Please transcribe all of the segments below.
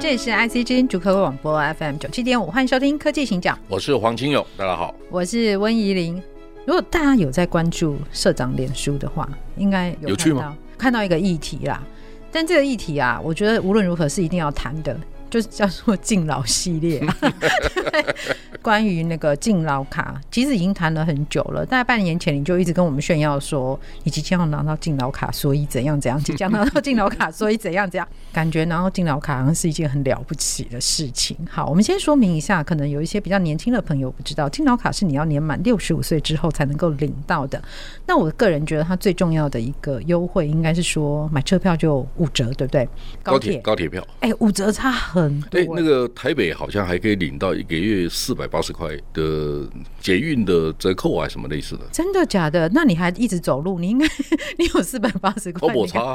这里是 IC 之音主客广播 FM 九七点五，欢迎收听科技行讲，我是黄清勇，大家好。我是温怡玲。如果大家有在关注社长脸书的话，应该有有趣看吗到看到一个议题啦。但这个议题啊，我觉得无论如何是一定要谈的，就是叫做敬老系列、啊。对关于那个敬老卡，其实已经谈了很久了，大概半年前你就一直跟我们炫耀说，你即将要拿到敬老卡，所以怎样怎样，即将拿到敬老卡，所以怎样怎 样，感觉拿到敬老卡好像是一件很了不起的事情。好，我们先说明一下，可能有一些比较年轻的朋友不知道，敬老卡是你要年满六十五岁之后才能够领到的。那我个人觉得它最重要的一个优惠，应该是说买车票就五折，对不对？高铁，高铁票，哎、五折差很多、哎、那个台北好像还可以领到一个月四百八十块的捷运的折扣啊，什么类似的。真的假的？那你还一直走路？你应该 你有四百八十哦，块，我你看差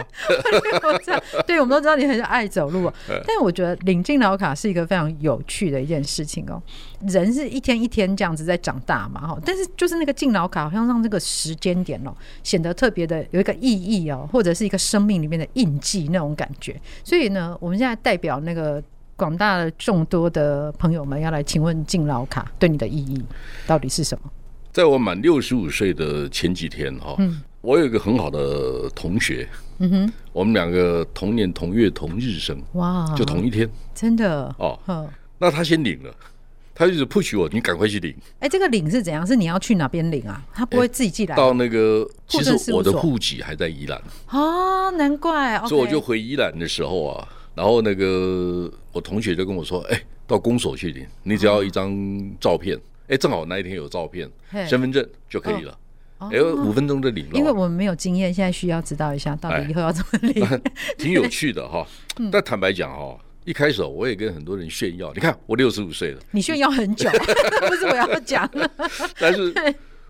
我知道 对，我们都知道你很爱走路哦，嗯但我觉得领敬老卡是一个非常有趣的一件事情哦。人是一天一天这样子在长大嘛，哈，但是就是那个敬老卡好像让这个时间点哦显得特别的有一个意义哦，或者是一个生命里面的印记那种感觉。所以呢，我们现在代表那个。广大的众多的朋友们要来，请问敬老卡对你的意义到底是什么？在我满六十五岁的前几天哈、我有一个很好的同学，嗯哼，我们两个同年同月同日生，哇，就同一天真的哦。呵那他先领了，他一直 push 我，你赶快去领。哎、这个领是怎样？是你要去哪边领啊？他不会自己寄来、哎到那个，户其政实事务我的所户籍还在宜兰，哦，难怪。所以我 OK 就回宜兰的时候啊，然后那个我同学就跟我说，哎、到公所去领，你只要一张照片，哎、正好那一天有照片嘿，身份证就可以了，哦哎、五分钟就领因为了，我们没有经验，现在需要知道一下到底以后要怎么哎领。 挺有趣的 哈。嗯但坦白讲哈，一开始我也跟很多人炫耀，你看我六十五岁了，你炫耀很久， 不是我要 讲。但是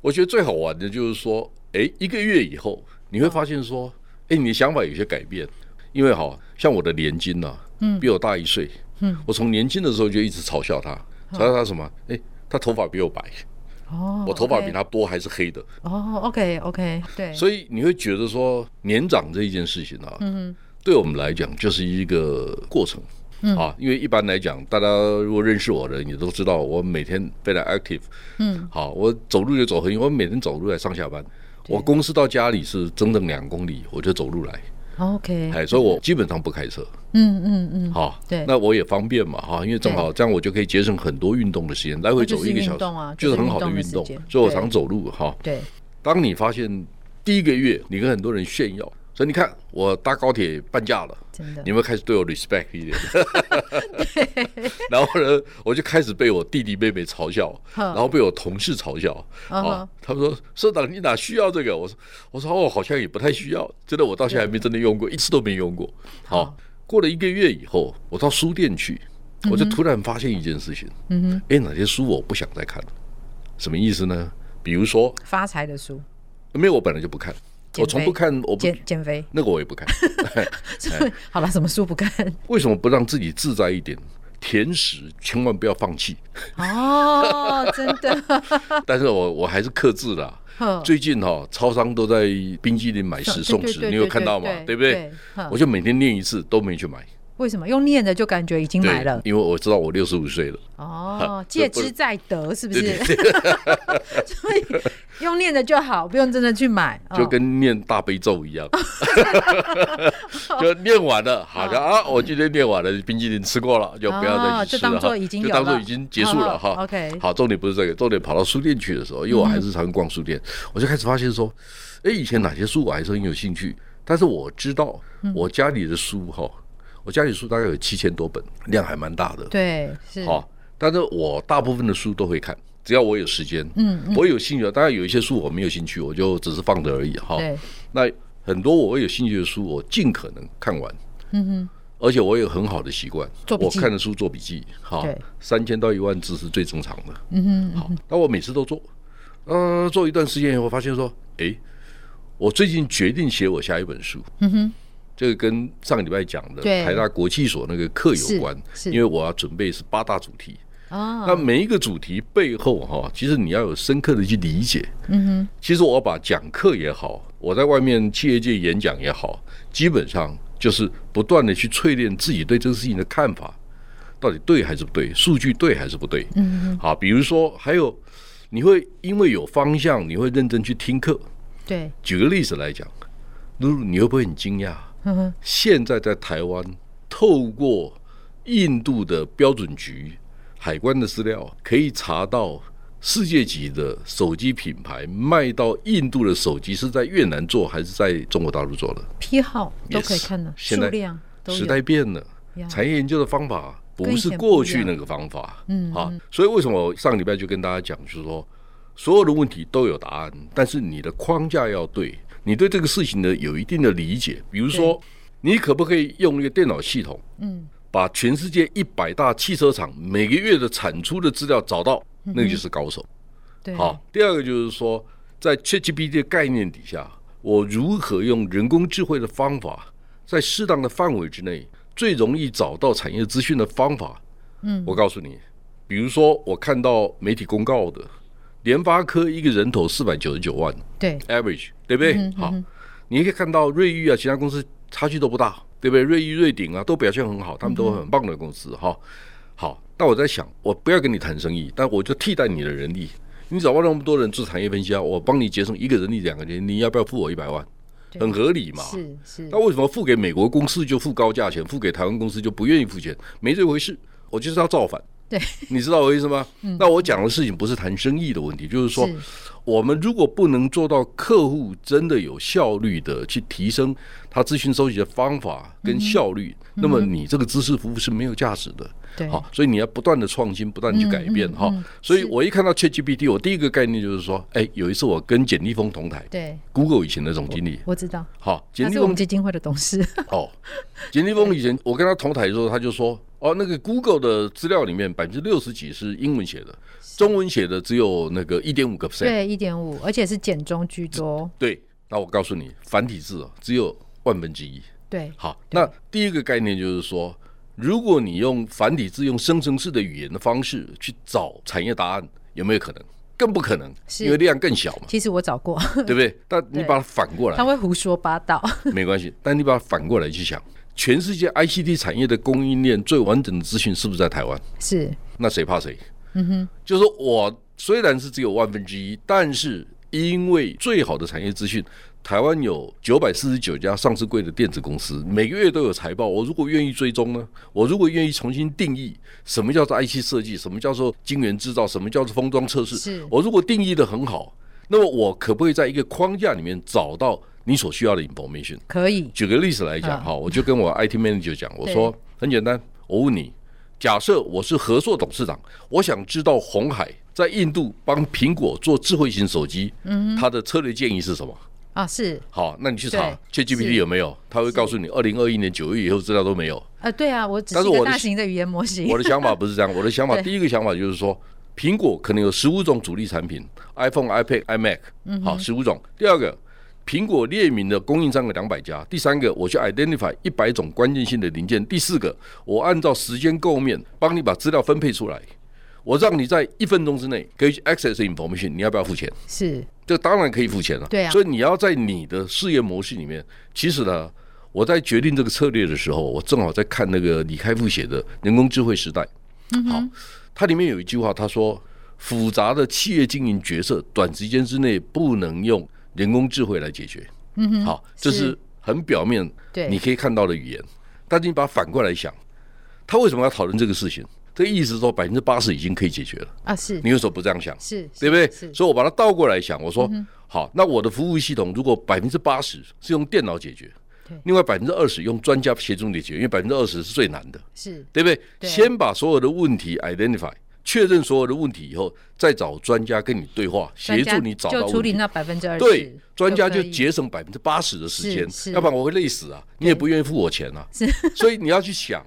我觉得最好玩的就是说，哎、一个月以后你会发现说，哎、你的想法有些改变，因为哈，像我的年金呐、嗯，比我大一岁，嗯，我从年轻的时候就一直嘲笑他，嘲笑他什么？哎、他头发比我白，哦，我头发比。他多还是黑的，哦，OK OK，对。所以你会觉得说，年长这一件事情啊，嗯，对我们来讲就是一个过程。啊，因为一般来讲，大家如果认识我的人，也都知道我每天非常 active。嗯，好，我走路就走很远，我每天走路来上下班。我公司到家里是整整两公里，我就走路来。嗯 OK，哎，所以我基本上不开车。嗯嗯嗯，哈，对那我也方便嘛，哈，因为正好这样我就可以节省很多运动的时间，来回走一哦那个就是运小时动啊，就是很好的就是运运动动的时间。所以我对常走路哈。对，当你发现第一个月你跟很多人炫耀，所以你看我搭高铁半价了，真的你。们开始对我 respect 一点。然后呢，我就开始被我弟弟妹妹嘲笑，哼然后被我同事嘲笑嗯哼啊。他们说：“社长，你哪需要这个？”我说：“我说哦，好像也不太需要。真的，我到现在还没真的用过，一次都没用过。”好，过了一个月以后，我到书店去，我就突然发现一件事情：嗯哼，哎，哪些书我不想再看了？什么意思呢？比如说，发财的书，没有，我本来就不看，减我从肥不看，我不哎减减肥。那个我也不看。 好了，什么书不看？为什么不让自己自在一点？甜食千万不要放 弃，哦，真的。但是我我还是克制了。呵 最近哈、超商都在冰激凌买十送十，哦对对对对你有看到吗？对对不对嗯对对？我就每天念一次，都没去买。为什么用念的就感觉已经买了？因为我知道我六十五岁了。 哦，这借不之在得，是不对是？ 所以用念的就好，不用真的去买。哦 就跟念大悲咒一样， 就念完了，好像啊，我今天念完了，冰激凌吃过了，就不要再嗯哦就去吃当了，做哈已经有就了当做已经结束了好哈好。，OK 嗯好，重点不是这个，重点跑到书店去的时候，因为我还是常逛书店，我就开始发现说，哎，以前哪些书我还是很有兴趣，但是我知道嗯我家里的书哈，我家里书大概有七千多本，量还蛮大的，哦对，是好，但是我大部分的书都会看，只要我有时间，嗯，我有兴趣，当然有一些书我没有兴趣，我就只是放着而已哈。对，那很多我有兴趣的书，我尽可能看完。嗯哼，而且我有很好的习惯做，笔我记看的书做笔记，好对，三千到一万字是最正常的。嗯哼，好，那我每次都做，呃，做一段时间以后，发现说，诶，我最近决定写我下一本书。嗯哼，这个跟上个礼拜讲的对台大国际所那个课有关，是是因为我要准备是八大主题，那哦，每一个主题背后哈，其实你要有深刻的去理解。嗯哼，其实我把讲课也好，我在外面企业界演讲也好，基本上就是不断的去淬炼自己对这个事情的看法，到底对还是不对，数据对还是不对。嗯，好，比如说还有，你会因为有方向，你会认真去听课。对，举个例子来讲，露露，你会不会很惊讶？嗯哼，现在在台湾，透过印度的标准局海关的资料，可以查到世界级的手机品牌卖到印度的手机是在越南做还是在中国大陆做的？批号都可以 Yes，看的，现数在量都时有，代变了呀，产业研究的方法跟不以是前不过一去样那个方法。嗯啊，所以为什么我上礼拜就跟大家讲，就是说所有的问题都有答案，但是你的框架要对，你对这个事情呢有一定的理解。比如说，你可不可以用一个电脑系统，嗯，把全世界一百大汽车厂每个月的产出的资料找到，嗯那个就是高手。对，好，第二个就是说，在 ChatGPT 的概念底下，我如何用人工智慧的方法，在适当的范围之内，最容易找到产业资讯的方法。嗯，我告诉你，比如说我看到媒体公告的，联发科一个人头四百九十九万对， average，对不对？嗯好，你可以看到瑞昱啊，其他公司差距都不大，对不对？瑞昱、瑞鼎啊，都表现很好，他们都很棒的公司哈、好，那我在想，我不要跟你谈生意，但我就替代你的人力。你找不到那么多人做产业分析啊，我帮你节省一个人力、两个人力，你要不要付我一百万？对很合理嘛。是是那，为什么付给美国公司就付高价钱，付给台湾公司就不愿意付钱？没这回事，我就是要造反。对，嗯你知道我意思吗？那我讲的事情不是谈生意的问题，就是说，我们如果不能做到客户真的有效率的去提升他资讯收集的方法跟效率，那么你这个知识服务是没有价值的。嗯对，嗯好，所以你要不断的创新，不断的去改变哈、所以我一看到 ChatGPT，我第一个概念就是说，哎，有一次我跟简立峰同台对， ，Google 以前的总经理，我知道，好，简他立哦是我峰们基金会的董 事，哦，简立峰 以前我跟他同台的时候，他就说，哦，那个 Google 的资料里面百分之六十几是英文写的，中文写的只有那个一点五个 percent。对，一点五，而且是简中居多，对，那我告诉你，繁体字哦，只有万分之一。对，好，那第一个概念就是说，如果你用繁体字、用生成式的语言的方式去找产业答案，有没有可能？更不可能，是因为量 更小嘛，其实我找过，对不对？但你对把它反过来他，会胡说八道， 没关系。但你把它反过来去想，全世界 ICT 产业的供应链最完整的资讯是不是在台湾？是，那谁怕谁？嗯哼，就是说我虽然是只有万分之一，但是因为最好的产业资讯，台湾有九百四十九家上市柜的电子公司，每个月都有财报。我如果愿意追踪呢，我如果愿意重新定义什么叫做 IC 设计，什么叫做晶圆制造，什么叫做封装测是试，我如果定义的很好，那么我可不可以在一个框架里面找到你所需要的 information？可以，举个例子来讲嗯哈，我就跟我 IT manager 讲，我对说很简单，我问你，假设我是合作董事长，我想知道红海在印度帮苹果做智慧型手机，嗯，它的策略建议是什么？啊，是，好，那你去查对是 ChatGPT 有没有？他会告诉你，二零二一年九月以后资料都没有。呃，对啊，我只但是是一个我的大型的语言模型我，的想法不是这样，我的想法对第一个想法就是说，苹果可能有十五种主力产品，iPhone、iPad、iMac，好，十五种。第二个，苹果列明的供应商有两百家。第三个，我去 identify 一百种关键性的零件。第四个，我按照时间构面帮你把资料分配出来，我让你在一分钟之内可以去 access information，你要不要付钱？是，这当然可以付钱了、对啊所以你要在你的事业模式里面，其实呢，我在决定这个策略的时候，我正好在看那个李开复写的《人工智慧时代》。好，它里面有一句话，他说：“复杂的企业经营角色，短时间之内不能用人工智慧来解决。”嗯哼，好，这是是很表面对你可以看到的语言，但是你把它反过来想，他为什么要讨论这个事情？这意思是说百分之八十已经可以解决了，啊，是，你为什么不这样想？是，对不是嗯对？，所以我把它倒过来想，我说、好，那我的服务系统如果百分之八十是用电脑解决对，另外百分之二十用专家协助你解决，因为百分之二十是最难的，是，对不对？对先把所有的问题 identify，确认所有的问题以后，再找专家跟你对话，协助你找到就处问理题。那百分之二十，对，专家就可以节省百分之八十的时是是间，要不然我会累死啊！你也不愿意付我钱啊是。所以你要去想，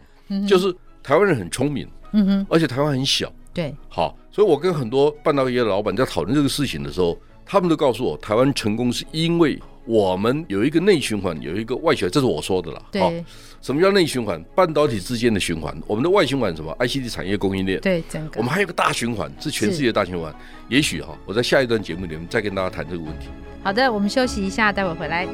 就是台湾人很聪明，嗯哼，而且台湾很小，对，好，所以我跟很多半导体的老板在讨论这个事情的时候，他们都告诉我，台湾成功是因为我们有一个内循环，有一个外循环，这是我说的啦。好，对，什么叫内循环？半导体之间的循环，我们的外循环是什么？ICT 产业供应链。对，整个我们还有一个大循环，是全世界的大循环。也许哈，我在下一段节目里面再跟大家谈这个问题。好的，我们休息一下，待会儿回来。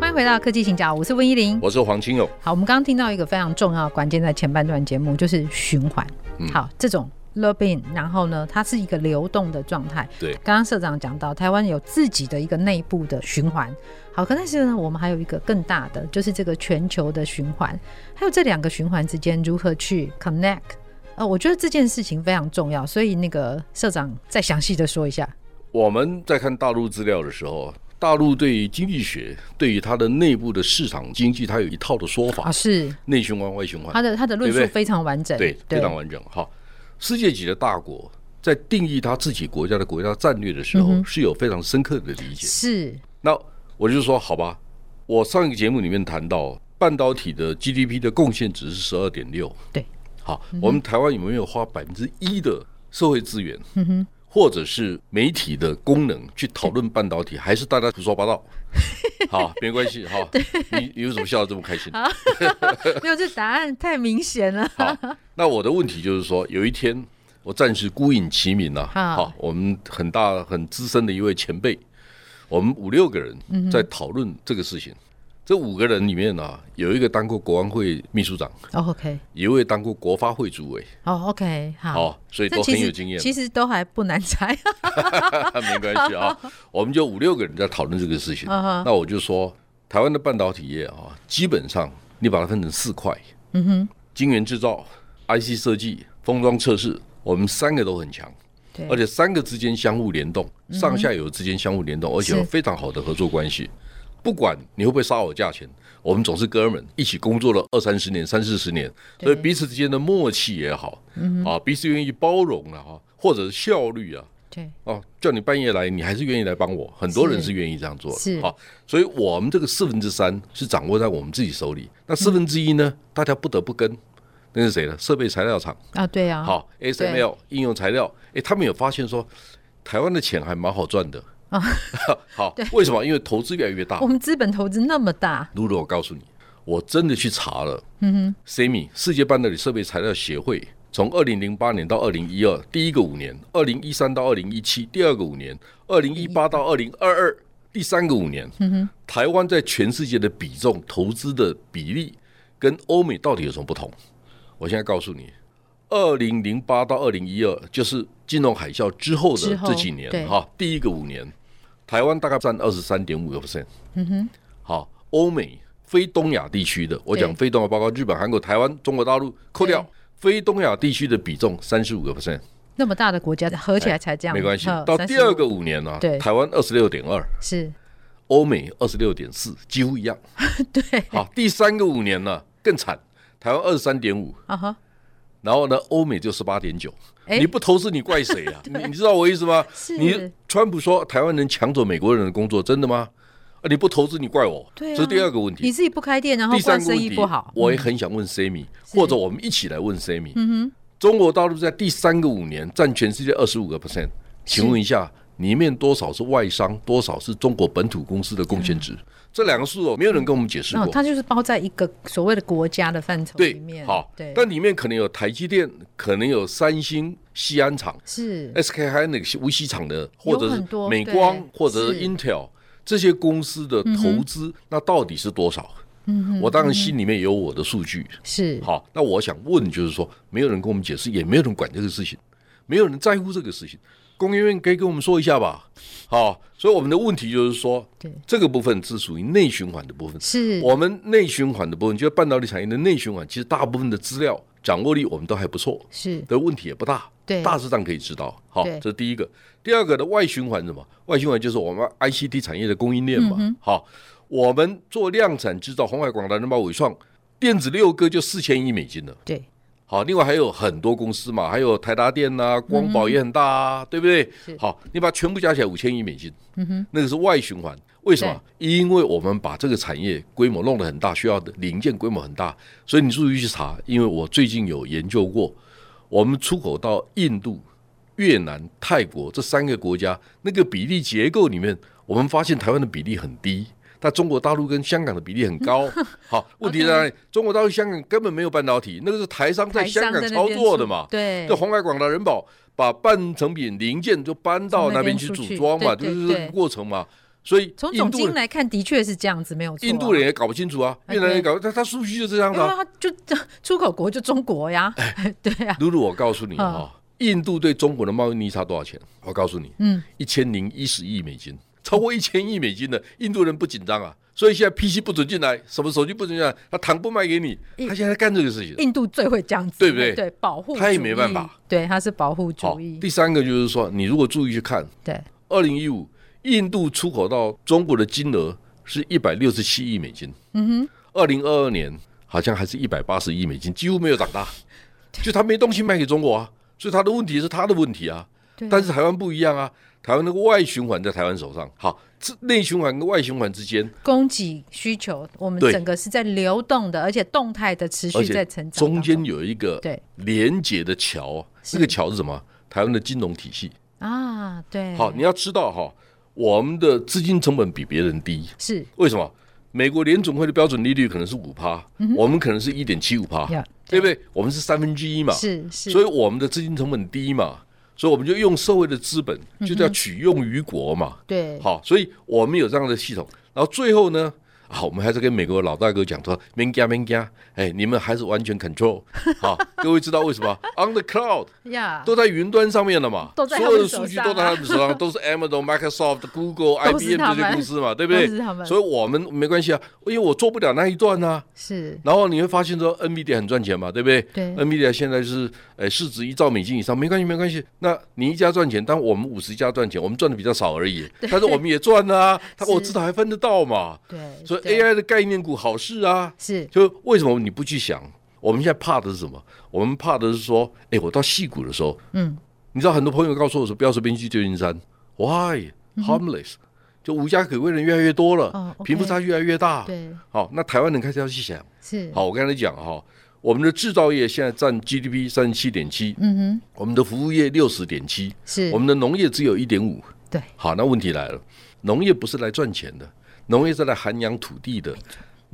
欢迎回到科技请讲，我是温依玲。我是黄清勇，好，我们刚刚听到一个非常重要的关键，在前半段节目就是循环。嗯好，这种 loop in，然后呢，它是一个流动的状态。对刚刚社长讲到，台湾有自己的一个内部的循环。好，可但是呢，我们还有一个更大的，就是这个全球的循环，还有这两个循环之间如何去 connect。呃，我觉得这件事情非常重要，所以那个社长再详细的说一下。我们在看大陆资料的时候，大陆对于经济学，对于它的内部的市场经济，它有一套的说法啊，，是内循环、外循环他。的他的论述对不对非常完整，对，非常完整。好，世界级的大国在定义他自己国家的国家战略的时候，是有非常深刻的理解。是， 那我就说，好吧，我上一个节目里面谈到半导体的 GDP 的贡献值是十二点六，对，好，我们台湾有没有花百分之一的社会资源，或者是媒体的功能去讨论半导体，还是大家胡说八 道？好，没关系，好，你你为什么笑得这么开心？没有这答案太明显 了。好， 那我的问题就是说，有一天我暂时孤影其名了、好好，我们很大很资深的一位前辈，我们五六个人嗯在讨论这个事情。这五个人里面呢、有一个当过国安会秘书长，哦 OK，一位当过国发会主委，哦，OK，好，哦，所以这都其很实有经验，其实都还不难猜。没关 系啊。我们就五六个人在讨论这个事情。嗯哼那我就说，台湾的半导体业啊，基本上你把它分成四块，嗯哼，晶圆制造、IC 设计、封装测试，我们三个都很强。对， 嗯而且三个之间相互联动，上下游之间相互联动，而且有是非常好的合作关系。不管你会不会杀我价钱，我们总是哥们，一起工作了二三十年、三四十年，对嗯所以彼此之间的默契也好，啊，彼此愿意包容了、哈，或者是效率啊，对哦，叫你半夜来，你还是愿意来帮我，很多人是愿意这样做的，是好，所以我们这个四分之三是掌握在我们自己手里，那四分之一呢，大家不得不跟，那是谁呢？设备材料厂。啊，对啊，好，SML 应用材料，诶，他们有发现说，台湾的钱还蛮好赚的。 好，为什么？因为投资越来越大哦我。们资本投资那么大，露露，我告诉你，我真的去查了。嗯哼，SEMI 世界半导体设备材料协会，从二零零八年到二零一二，第一个五年；二零一三到二零一七，第二个五年；二零一八到二零二二，第三个五年。嗯哼，台湾在全世界的比重、投资的比例，跟欧美到底有什么不同？我现在告诉你，二零零八到二零一二，就是金融海啸之后之的后这几对年哈，第一个五年，台湾大概占二十三点五个 percent。嗯哼，好，欧美非东亚地区的，我讲对非东亚包括日本、韩国、台湾、中国大陆，扣掉对非东亚地区的比重三十五个 percent，那么大的国家合起来才这样，哎没关系呵。到第二个35五年呢、啊对台湾二十六点二，是， 欧美二十六点四，几乎一样。对，好，第三个五年呢更惨，台湾二十三点五，啊哈，然后呢，欧美就十八点九。哎你不投资，你怪谁 啊？你你知道我意思吗？是你川普说台湾人抢走美国人的工作，真的吗？啊，你不投资，你怪我。对啊这是第二个问题。你自己不开店，然后第怪三个生问意题不好，嗯我也很想问 Sammy，或者我们一起来问 Sammy。中国大陆在第三个五年占全世界二十五个 percent，请问一下，里面多少是外商，多少是中国本土公司的贡献值？这两个数哦，没有人跟我们解释那过。它就是包在一个所谓的国家的范畴里对，面，好，对，但里面可能有台积电，可能有三星、西安厂、是 SK 还有那个无锡厂的，或者很是多美对光，或者是是嗯 Intel 这些公司的投资，那到底是多少？嗯，我当然心里面有我的数据。是，好，那我想问就是说，没有人跟我们解释，也没有人管这个事情，没有人在乎这个事情。工研院可以跟我们说一下吧？好，所以我们的问题就是说对，这个部分是属于内循环的部分。是，我们内循环的部分，就是半导体产业的内循环，其实大部分的资料掌握力我们都还不错，是的问题也不大，对大致上可以知道。好，对这是第一个。第二个的外循环是什么？外循环就是我们 ICT 产业的供应链嘛。嗯好，我们做量产制造，红海、广达、人保、伟创，电子六哥就四千亿美金了。对，好，另外还有很多公司嘛，还有台达电呐、光宝也很大啊，对不是对？好，你把它全部加起来五千亿美金，嗯哼，那个是外循环。为什么？因为我们把这个产业规模弄得很大，需要的零件规模很大，所以你注意去查。因为我最近有研究过，我们出口到印度、越南、泰国这三个国家，那个比例结构里面，我们发现台湾的比例很低，但中国大陆跟香港的比例很 高。好，问题在哪里？中国大陆、香港根本没有半导体，那个是台商在台商香港在那操边作出的嘛。对就，红海、广达、人保把半成品零件就搬到从那那边边去出组去装嘛，对就对是这对个过程嘛。所以从印总度金人、来看，的确是这样子，没有错啊。印度人也搞不清楚啊，哎越南人也对搞，他他数据就这样因子为啊。他就出口国就中国呀，哎 对啊呀，露露，我告诉你哈、啊印度对中国的贸易逆差多少钱？我告诉你，嗯，一千零一十亿美金，超过一千亿美金的印度人不紧张啊。所以现在 PC 不准进来，什么手机不准进来，他糖不卖给你，他现在在干这个事情。印度最会这样子，对不对对，保护他也主没办义法，对，他是保护好主义，，第三个就是说，你如果注意去看，对，二零一五印度出口到中国的金额是一百六十七亿美金，嗯哼，二零二二年好像还是一百八十亿美金，几乎没有长大，就他没东西卖给中国啊，所以他的问题是他的问题啊，对但是台湾不一样啊，台湾那个外循环在台湾手上，好，这内循环跟外循环之间，供给需求，我们对整个是在流动的，而且动态的持而续在且成长当中，中间有一个对连接的桥啊，是那个桥是什么？台湾的金融体系。啊，对，好，你要知道哈，我们的资金成本比别人低，是为什么？美国联总会的标准利率可能是五趴、嗯我们可能是一点七五趴，呀对不对？我们是三分之一嘛，是是，啊所以我们的资金成本低嘛，所以我们就用社会的资本，嗯就叫取用于国嘛。对，好，所以我们有这样的系统，然后最后呢？啊，我们还是跟美国老大哥讲说，免加免加，哎，你们还是完全 control，好，各位知道为什么？On the cloud，呀，都在云端上面了嘛，都在他所们有的数据手上啊都在他们手上，都是 Amazon、Microsoft、Google、 都是 IBM 他这们些公司嘛，对不对都是他们？所以我们没关系啊，因为我做不了那一段呢、是然后你会发现说，NVIDIA 很赚钱嘛，对不对？对 NVIDIA 现在是呃市值一兆美金以上，没关系，没关系。那你一家赚钱，当我们五十家赚钱，我们赚的比较少 而已，但是我们也赚啊，他是我至少还分得到嘛。对，所对以 AI 的概念股好事啊，是就为什么你不去想？我们现在怕的是什么？我们怕的是说，哎，我到戏谷的时候，嗯，你知道很多朋友告诉我说，不要随便去旧金山，Why harmless？、就无家可归的人越来越多了，嗯哦，OK 贫富差距越来越大。对好，那台湾人开始要去想。是，啊好，我刚才讲啊哈、我们的制造业现在占 GDP 三十七点七，嗯哼，我们的服务业六十点七，是我们的农业只有一点五。对好，那问题来了，农业不是来赚钱的，农业是来涵养土地的。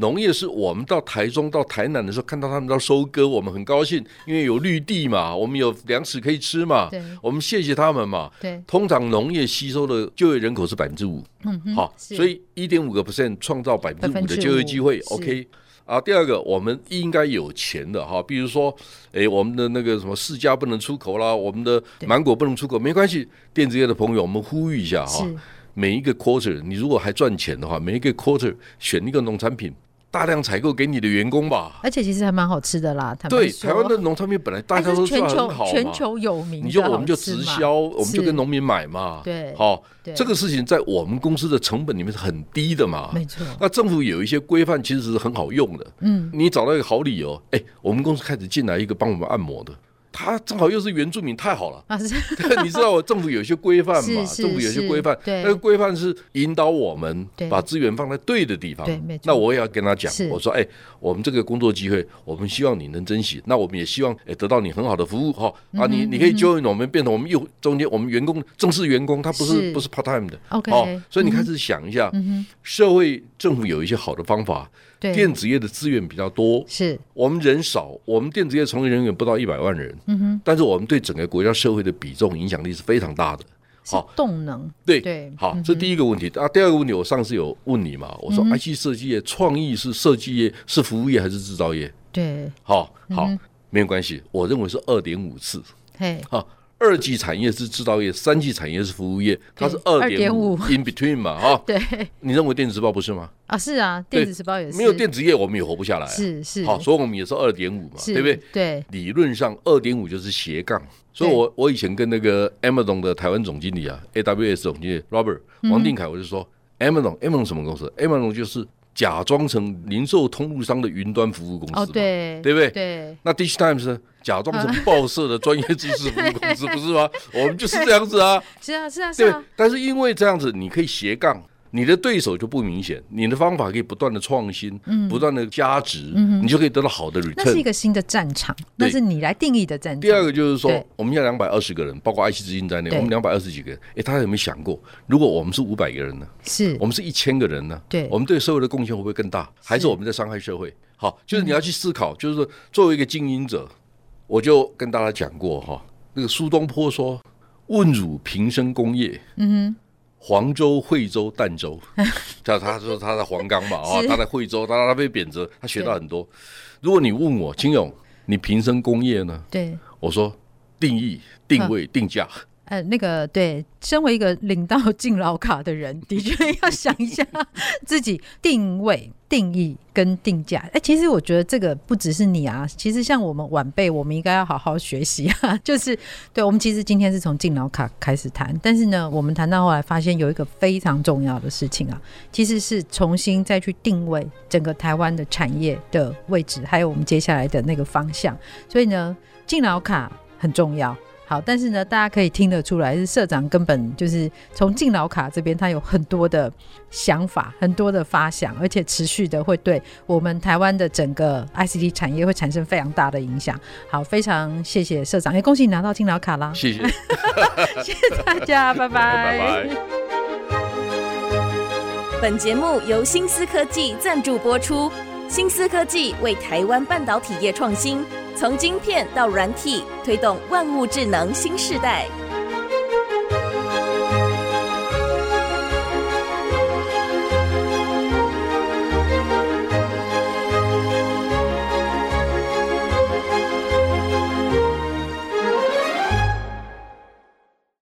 农业是我们到台中、到台南的时候，看到他们要收割，我们很高兴，因为有绿地嘛，我们有粮食可以吃嘛对，我们谢谢他们嘛。对通常农业吸收的就业人口是百分之五，嗯哼，好，是所以一点五个 percent 创造百分之五的就业机会5% ，OK。啊，第二个，我们应该有钱的哈，比如说，诶，我们的那个什么释迦不能出口啦，我们的芒果不能出口，没关系。电子业的朋友，我们呼吁一下哈，是每一个 quarter，你如果还赚钱的话，每一个 quarter 选一个农产品，大量采购给你的员工吧。而且其实还蛮好吃的啦，坦白对，说台湾的农产品本来大还家哎是都知全道球很好嘛，全球有名的好吃嘛，你就我们就直销，我们就是跟农民买嘛。对好对，这个事情在我们公司的成本里面是很低的嘛。没错，那政府有一些规范，其实是很好用的。嗯，。你找到一个好理由，哎，我们公司开始进来一个帮我们按摩的，他正好又是原住民，太好了啊是， 你知道我政府有一些规范嘛？是是政府有一些规范是，对那个规范是引导我们对把资源放在对的地方。对没错那我也要跟他讲是，我说，哎，我们这个工作机会，我们希望你能珍惜，那我们也希望哎得到你很好的服务哈。啊，嗯你你可以 join 我们，变成我们又中间我们员工正式员工，他不是是不是 part time 的。 OK，嗯哦，所以你开始想一下，社会政府有一些好的方法，对电子业的资源比较多，是我们人少，我们电子业从业人员不到一百万人，嗯哼，但是我们对整个国家社会的比重影响力是非常大的。是好动能，对对嗯好，这第一个问题啊。第二个问题，我上次有问你嘛，我说 IC 设计业、创意是设计业是服务业还是制造业？对，好好，没有关系，我认为是二点五次。嘿，好，二级产业是制造业，三级产业是服务业，它是二点五2.5 in between 嘛，哈、对你认为电子时报不是吗？啊，是啊，对电子时报也是没有电子业，我们也活不下来、啊。是是好，所以我们也是二点五嘛，是对不对？对，理论上二点五就是斜杠，所以对我我以前跟那个 Amazon 的台湾总经理啊，AWS 总经理 Robert 嗯王定凯，我就说 Amazon Amazon 什么公司？Amazon 就是假装成零售通路商的云端服务公司嘛哦，对对不对对那 DigiTimes 呢，假装成报社的专业知识服务公司，不是吗？我们就是这样子 啊，是啊是啊嗯是对啊，。但是因为这样子，你可以斜杠。你的对手就不明显，你的方法可以不断的创新，不断的加值，你就可以得到好的 return。嗯那是一个新的战场，那对是你来定义的战场。第二个就是说对，我们要两百二十个人，包括爱惜之音在内，对我们两百二十几个人。诶，大家有没有想过，如果我们是五百个人呢？是我们是一千个人呢？对我们对社会的贡献会不会更大？还是我们在伤害社会？好，就是你要去思考，就是说作为一个经营者，我就跟大家讲过哈，那个苏东坡说：“问汝平生功业。”嗯黄州、惠州、儋州，他他说他在黄冈嘛，哦，是他在惠州，他他被贬谪，他学到很多。如果你问我，金勇，你平生功业呢？对。我说定义、定位、定价，呃，那个对，身为一个领到 敬老卡的人，的确要想一下自己定位、定义跟定价。哎、其实我觉得这个不只是你啊，其实像我们晚辈，我们应该要好好学习啊。 就是对，我们其实今天是从敬老卡开始谈，但是呢，我们谈到后来发现有一个非常重要的事情啊，其实是重新再去定位整个台湾的产业的位置，还有我们接下来的那个方向。所以呢，敬老卡很重要。好，但是呢，大家可以听得出来，是社长根本就是从敬老卡这边，他有很多的想法，很多的发想，而且持续的会对我们台湾的整个 ICT 产业会产生非常大的影响。好，非常谢谢社长，也哎恭喜你拿到敬老卡 啦！谢谢。谢谢大家，拜拜拜本节目由新思科技赞助播出。新思科技为台湾半导体业创新，从晶片到软体，推动万物智能新时代。